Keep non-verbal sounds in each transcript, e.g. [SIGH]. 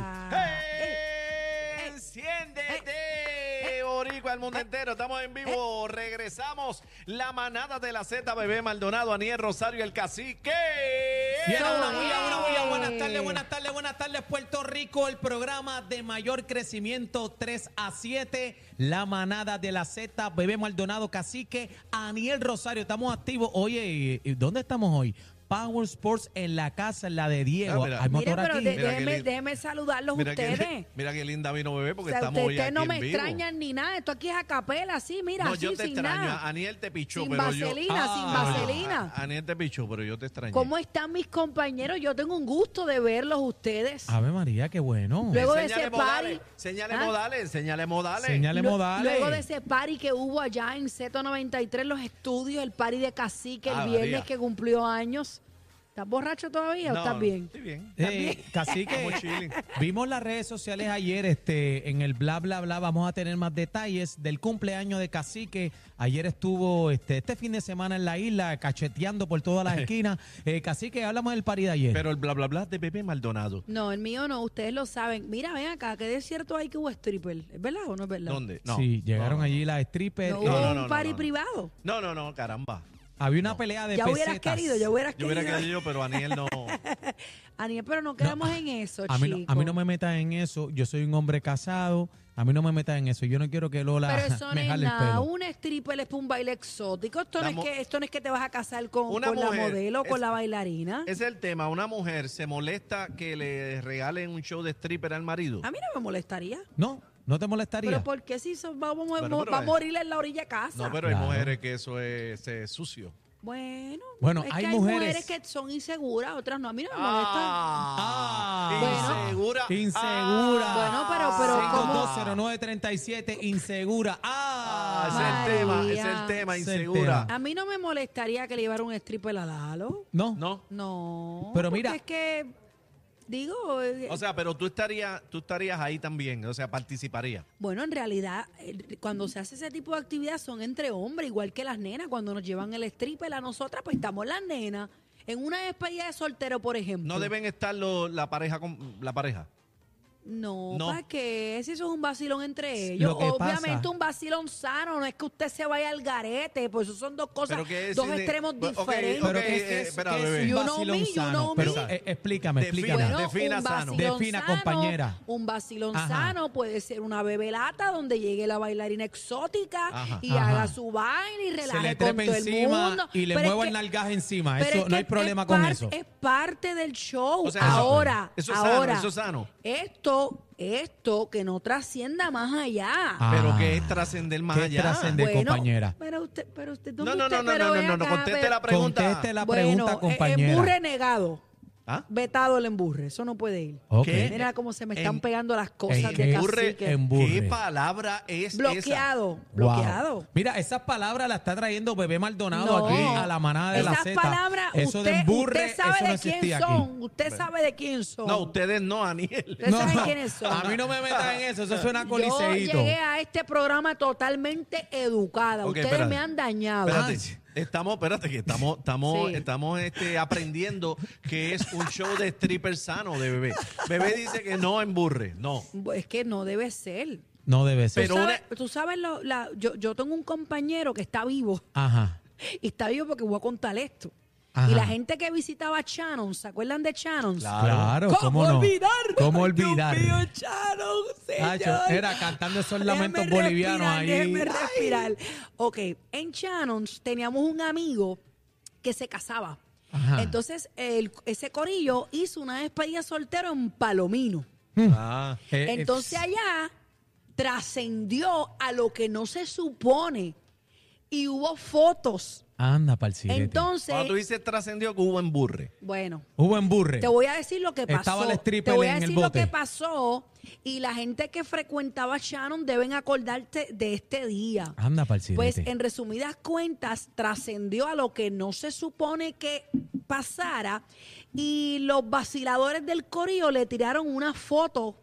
Ah. para el mundo entero. Estamos en vivo. Regresamos. La manada de la Z, bebé Maldonado, Aniel Rosario, el cacique. Bien, una bulla, una bulla. Buenas tardes, buenas tardes, buenas tardes, Puerto Rico. El programa de mayor crecimiento 3 a 7. La manada de la Z, Bebé Maldonado, Cacique, Aniel Rosario. Estamos activos. Oye, ¿y ¿dónde estamos hoy? Power Sports en la casa, en la de Diego. Ah, mira. Hay Mire, motor pero aquí. de- Mira qué déjeme, lindo. déjeme saludarlos Mira ustedes. qué, mira qué linda vino bebé O porque sea, estamos ustedes hoy aquí no en me vivo. extrañan ni nada. Esto aquí es a capela, así, mira, No, así, yo te sin extraño. nada. Aniel te pichó, sin pero yo. vaselina, sin Ah. vaselina. A- Aniel te pichó, pero yo te extrañé. ¿Cómo están mis compañeros? Yo tengo un gusto de verlos ustedes. Ave María, qué bueno. Luego de Señale ese modales, party. señale ¿Ah? modales, señale modales. Señale Lu- modales. Luego de ese party que hubo allá en Seto 93, los estudios, el party de Cacique el Ah, viernes María. que cumplió años. ¿Estás borracho todavía o No, estás no, bien? Estoy bien. Eh, cacique, Estamos [LAUGHS] chilling. vimos las redes sociales ayer, este, en el bla bla bla, vamos a tener más detalles del cumpleaños de Cacique. Ayer estuvo este, este fin de semana en la isla, cacheteando por todas las esquinas. Eh, cacique, hablamos del pari de ayer. Pero el bla bla bla de Pepe Maldonado. No, el mío no, ustedes lo saben. Mira, ven acá, que de cierto hay que hubo stripper. ¿Es verdad o no es verdad? ¿Dónde? No. sí, no, llegaron no. allí las strippers. No, eh, hubo no, no, un no, party no, no. privado. No, no, no, caramba. Había una pelea de Ya hubieras pesetas. querido, ya hubieras Yo querido. hubiera querido yo, pero Aniel [LAUGHS] no. Aniel, pero no quedamos en eso, a, mí no, chico. a mí no me metas en eso. Yo soy un hombre casado. A mí no me metas en eso. Yo no quiero que Lola [LAUGHS] Pero eso no me es jale el nada. pelo. Un stripper es un baile exótico. Esto no, La es mo- que, esto no es que te vas a casar con, Una con la mujer modelo o con es- la bailarina. Ese es el tema. Una mujer se molesta que le regalen un show de stripper al marido. A mí no me molestaría. No, no te molestaría. Pero ¿por qué si so- vamos, a- Bueno, pero va a es- morir en la orilla de casa? No, pero hay Claro. mujeres que eso es, eh, sucio. Bueno, Bueno, es hay que hay mujeres... mujeres que son inseguras, otras no. A mí no me molesta. Ah, insegura. Insegura. Bueno, pero- pero ¿cómo? 520937, insegura. Ah, Ah, es el tema, es el tema, Es el insegura. tema. A mí no me molestaría que le llevara un stripper a Lalo. No. No. No. Pero porque mira- Es que, digo, eh, O sea, pero tú estarías, tú estarías ahí también, o sea, participarías. Bueno, en realidad, eh, cuando se hace ese tipo de actividad son entre hombres, igual que las nenas. Cuando nos llevan el stripper a nosotras, pues estamos las nenas. En una despedida de soltero, por ejemplo. No deben estar lo- la pareja con la pareja. No, No. ¿para qué? Si eso es un vacilón entre ellos. Lo que Obviamente pasa- un vacilón sano, no es que usted se vaya al garete, pues eso son dos cosas, Pero que es dos inde- extremos Pues, ok, diferentes. Pero Ok, ¿qué es eh, eso? espera, ¿Qué es bebé. un You know vacilón me, you sano? know Pero, me. eh, explícame, Defina. explícame. Bueno, defina un sano. vacilón Defina, sano, compañera. Un vacilón Ajá. sano puede ser una bebelata donde llegue la bailarina exótica Ajá. y Ajá. haga su baile y se relaje le con trepa todo el encima mundo. y le Pero mueva es el que- nalgaje encima. pero Eso, es que no hay problema es con par- eso. Es parte del show. O sea, eso- ahora, eso es sano, ahora, eso es sano. esto, esto que no trascienda más allá. Ah, Pero que es trascender más que es allá. trascender. de compañera. Pero usted, pero usted, No, ¿dónde no, no, usted? no, Pero no, ven no, no, acá, conteste pero- la pregunta. Conteste la Bueno, pregunta, eh, compañera. emburre negado. ¿Ah? Vetado el emburre, eso no puede ir. Ok. ¿Qué? Mira cómo se me están Em- pegando las cosas de Emburre, cacique. Emburre. ¿Qué palabra es esa? Bloqueado, Wow. bloqueado. Mira, esas palabras las está trayendo Bebé Maldonado No. aquí a la manada de la Esas Z. palabras, eso usted, de emburre, usted sabe eso no de quién existía aquí. son. Usted sabe de quién son. No, ustedes no, Aniel. Ustedes saben quiénes son. A mí no me metas en eso, eso suena [LAUGHS] Yo coliseíto. llegué a este programa totalmente educada. Ok, Ustedes espérate. me han dañado. Espérate, estamos, espérate, que estamos, estamos, Sí. estamos este, aprendiendo que es un show de stripper sano de bebé. Bebé dice que no emburre, no. Es que no debe ser. No debe ser. Pero tú sabes, una- tú sabes lo- la- yo, yo tengo un compañero que está vivo. [LAUGHS] Ajá. Y está vivo porque voy a contar esto. Ajá. Y la gente que visitaba Shannon, ¿se acuerdan de Shannon? Claro. Claro, ¿cómo, no? olvidar? ¿Cómo Ay, olvidar? Dios mío, Shannon, señor. Tacho, era cantando esos lamentos Déjeme bolivianos respirar, ahí. Déjeme respirar. Ok, en Shannon teníamos un amigo que se casaba. Ajá. Entonces, el- ese corillo hizo una despedida soltero en Palomino. Ah. Eh, eh, Entonces allá trascendió a lo que no se supone y hubo fotos. Anda, parcilete. Entonces, Cuando Ah, tú dices trascendió que hubo emburre. bueno, Hubo emburre. te voy a decir lo que pasó. Estaba el stripper te voy a en el decir lo bote. que pasó y la gente que frecuentaba Shannon deben acordarte de este día. Anda, parcilete. Pues en resumidas cuentas trascendió a lo que no se supone que pasara y los vaciladores del corillo le tiraron una foto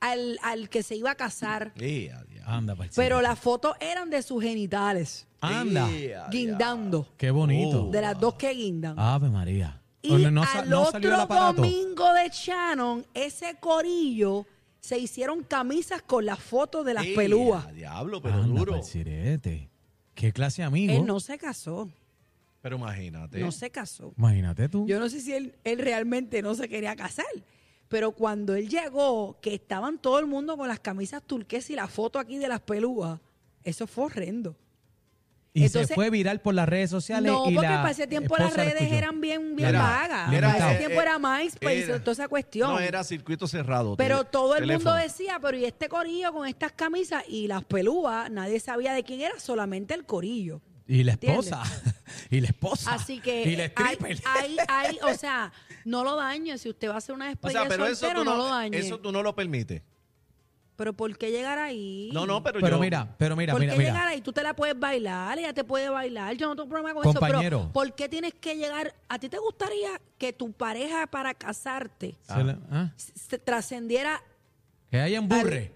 al, al que se iba a casar, Eh, a diablo. Anda, parcilete. pero las fotos eran de sus genitales, Anda. Eh, a guindando, Qué bonito. Oh. de las dos que guindan. Ave María. Y No sa- al no salió el otro aparato. domingo de Shannon, ese corillo se hicieron camisas con las fotos de las Ey, pelúas. a Diablo, pero Anda, pues duro. pa'l sirete. Qué clase de amigo. Él no se casó, Pero imagínate. no se casó. Imagínate tú. Yo no sé si él, él realmente no se quería casar, pero cuando él llegó, que estaban todo el mundo con las camisas turquesas y la foto aquí de las pelúas, eso fue horrendo. y se entonces- fue viral por las redes sociales. no, y porque la para ese tiempo las esposa lo redes escuchó. eran bien, bien Era- vagas. era- para ese era- tiempo era MySpace, eh, era- toda esa cuestión. No, era circuito cerrado. Pero tele- todo el teléfono. mundo decía, pero ¿y este corillo con estas camisas y las pelúas? Nadie sabía de quién era, solamente el [LAUGHS] corillo. Y la esposa. [LAUGHS] y la esposa. Así que Y la eh, hay, stripper. hay, [LAUGHS] hay- o sea, no lo dañe. Si usted va a hacer una O despedida sea, pero eso soltero, tú no, lo no, dañe. eso tú no lo permites. Pero ¿por qué llegar ahí? No, no, pero, pero yo- mira, pero mira, ¿Por mira, qué mira. llegar ahí? Tú te la puedes bailar, ella te puede bailar. Yo no tengo problema con eso. Compañero. Pero ¿por qué tienes que llegar? ¿A ti te gustaría que tu pareja para casarte Se la- ah, s- se trascendiera Que hay emburre.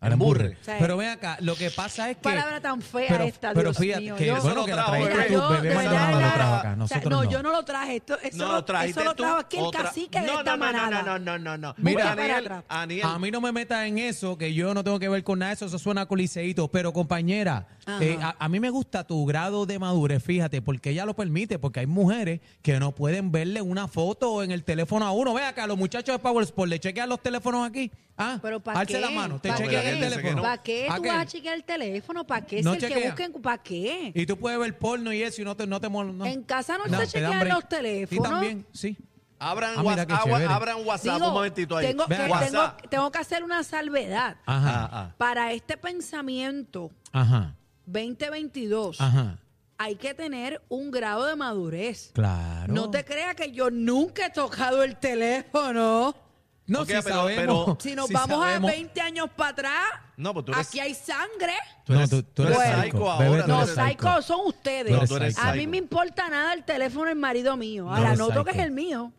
Al emburre. Sí. Pero ven acá, lo que pasa es que. Palabra tan fea pero, esta, Pero Dios fíjate mío, que. yo- bueno, que la Eso lo trajiste trajo tú, él. bebé de Maldonado verdad, lo trajo acá. o sea, Nosotros no, no. yo no lo traje. Esto, eso, No, lo, lo trajiste eso lo tú, trajo aquí otra- el cacique no, de esta no, no, manada. No, no, no, no, no. Mira, Mira, para Aniel, atrás. Aniel, A mí no me metas en eso, que yo no tengo que ver con nada de eso, eso suena a coliseíto. Pero compañera, Ajá. eh, a, a mí me gusta tu grado de madurez, fíjate, porque ella lo permite, porque hay mujeres que no pueden verle una foto en el teléfono a uno. Ve acá, los muchachos de Power Sport, le chequean los teléfonos aquí. Ah, Pero ¿para alce qué? la mano, te ¿Pa' chequean qué? el Dice que teléfono. no. ¿Para qué tú Aquel. vas a chequear el teléfono? ¿Para qué? No si el que chequea. busquen, ¿para qué? Y tú puedes ver porno y eso y no te, no te mol- no. En casa no se te dan chequean break. los teléfonos. Y también, sí. abran, Ah, mira WhatsApp, qué chévere. abran WhatsApp Digo, un momentito ahí. Tengo que, Ven acá. tengo, WhatsApp. tengo que hacer una salvedad. Ajá, Ah, ah. Para este pensamiento ajá, 2022 ajá. hay que tener un grado de madurez. Claro. No te creas que yo nunca he tocado el teléfono. No, Ok, sí pero- sabemos. pero- Si nos sí vamos sabemos. a 20 años para atrás, No, pues tú eres- aquí hay sangre. Tú eres- no, tú, tú tú eres eres psycho. pues, psycho Bebé, ahora, tú no Los eres psycho. psicos son ustedes. No, tú eres a mí psycho. me importa nada el teléfono del marido mío. No Ahora eres no toques psycho. el mío.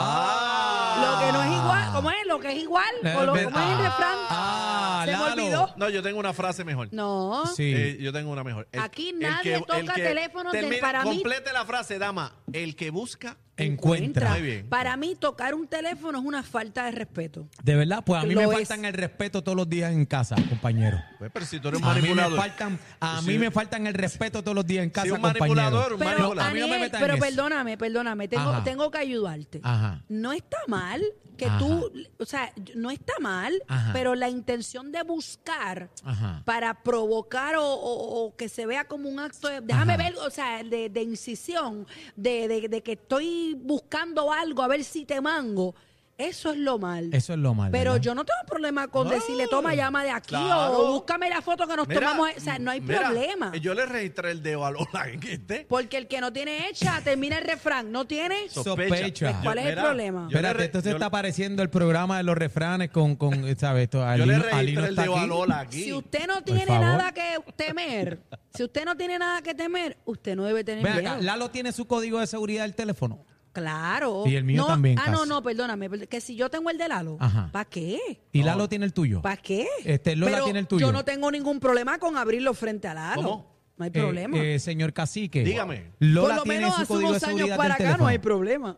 Ah. Lo que no es igual, ¿cómo es? Lo que es igual, o lo, Eh, ¿cómo es el ah, refrán? ah, Se me Lalo. olvidó. No, yo tengo una frase mejor. No. Sí. Eh, yo tengo una mejor. Aquí nadie toca teléfonos de- termina- para mí. Complete la frase, dama. El que busca. Encuentra. Muy bien. Para mí, tocar un teléfono es una falta de respeto. De verdad, pues a mí Lo me es. faltan el respeto todos los días en casa, compañero. Pues, pero si tú eres un A mí me manipulador. faltan, a Si- mí me faltan el respeto todos los días en casa, un manipulador, compañero. un Pero, manipulador. A mí no me Aniel, metan en pero eso. perdóname, perdóname, tengo, Ajá. tengo que ayudarte. Ajá. No está mal que Ajá. tú, o sea, no está mal, Ajá. pero la intención de buscar Ajá. para provocar o, o- o que se vea como un acto de, déjame Ajá. ver, o sea, de, de incisión, de, de- de que estoy buscando algo a ver si te mango. Eso es lo mal. Eso es lo malo. Pero ¿verdad? yo no tengo problema con No, decirle, toma llama de aquí claro. o búscame la foto que nos Mira, tomamos. O sea, no hay mira, problema. Yo le registré el dedo a Lola en este. Porque el que no tiene hecha termina el refrán. ¿No tiene? So- Sospecha. Yo- ¿Cuál es el problema? yo le Espérate, re- entonces yo- está apareciendo el programa de los refranes con, con ¿sabes? Esto, Yo Alino, le Alino registré el está dedo a aquí. Lola aquí. Si usted no Por tiene favor. nada que temer, si usted no tiene nada que temer, usted no debe tener Ven miedo. acá, Lalo tiene su código de seguridad del teléfono. Claro. Y el mío No, también, Ah, no, casi. no, perdóname. perd- Que si yo tengo el de Lalo, Ajá. ¿para qué? Y Lalo tiene el tuyo. ¿Para qué? Este, Lola Pero tiene el tuyo. Yo no tengo ningún problema con abrirlo frente a Lalo. ¿Cómo? No hay Eh, problema. eh, señor Cacique. Dígame. Por Lola lo tiene menos su hace código de unos seguridad años del para acá no teléfono. hay problema.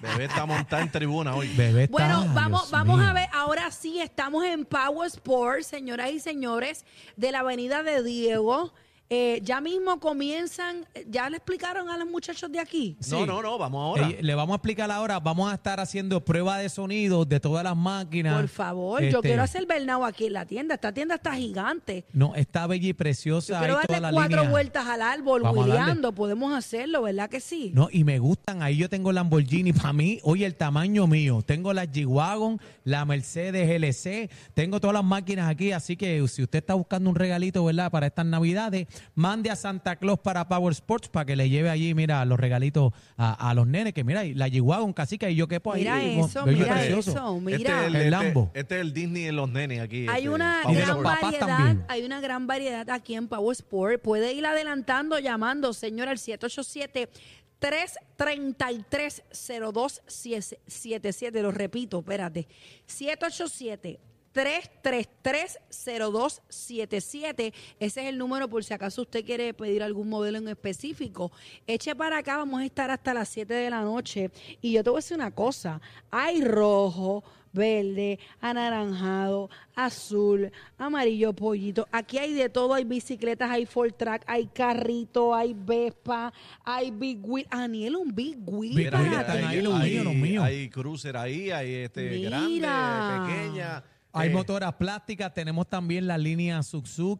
Bebé está montada en tribuna hoy. Bebé está, Bueno, vamos, Dios vamos mío. a ver, ahora sí estamos en Power Sports, señoras y señores, de la avenida de Diego. Eh, ya mismo comienzan, ya le explicaron a los muchachos de aquí. No, Sí. no, no, vamos ahora. Eh, le vamos a explicar ahora. Vamos a estar haciendo prueba de sonido de todas las máquinas. Por favor, yo Este, quiero hacer Bernau aquí en la tienda. Esta tienda está gigante. No, está bella y Yo preciosa. quiero ahí toda darle la cuatro línea. vueltas al árbol, Vamos a darle. huileando. Podemos hacerlo, ¿verdad que sí? No, y me gustan. Ahí yo tengo Lamborghini para mí. Oye, el tamaño mío. Tengo la G-Wagon, la Mercedes LC. Tengo todas las máquinas aquí. Así que si usted está buscando un regalito, ¿verdad? Para estas navidades, mande a Santa Claus para Power Sports para que le lleve allí, mira, los regalitos a, a los nenes. Que mira, y la G-Wagon, cacique, y yo quepo ahí. Mira y- eso, bello y mira precioso. eso, este mira. es el, El este- Lambo. Este, es el Disney de los nenes aquí. Hay este, una Power de los gran Sport. papás variedad, también. hay una gran variedad aquí en Power Sport. Puede ir adelantando, llamando, señor, al 787 333 0277 Lo repito, espérate. 787 333-0277. Ese es el número por si acaso usted quiere pedir algún modelo en específico. Eche para acá, vamos a estar hasta las 7 de la noche. Y yo te voy a decir una cosa, hay rojo, verde, anaranjado, azul, amarillo pollito. Aquí hay de todo, hay bicicletas, hay full track, hay carrito, hay Vespa, hay big wheel. Aniel, un big wheel. Big Mira, para Wheel, mira, están ti. hay, ahí los hay- míos, los míos. hay cruiser ahí, hay este Mira. grande, pequeña. Hay eh, motoras plásticas, tenemos también la línea Suzuki,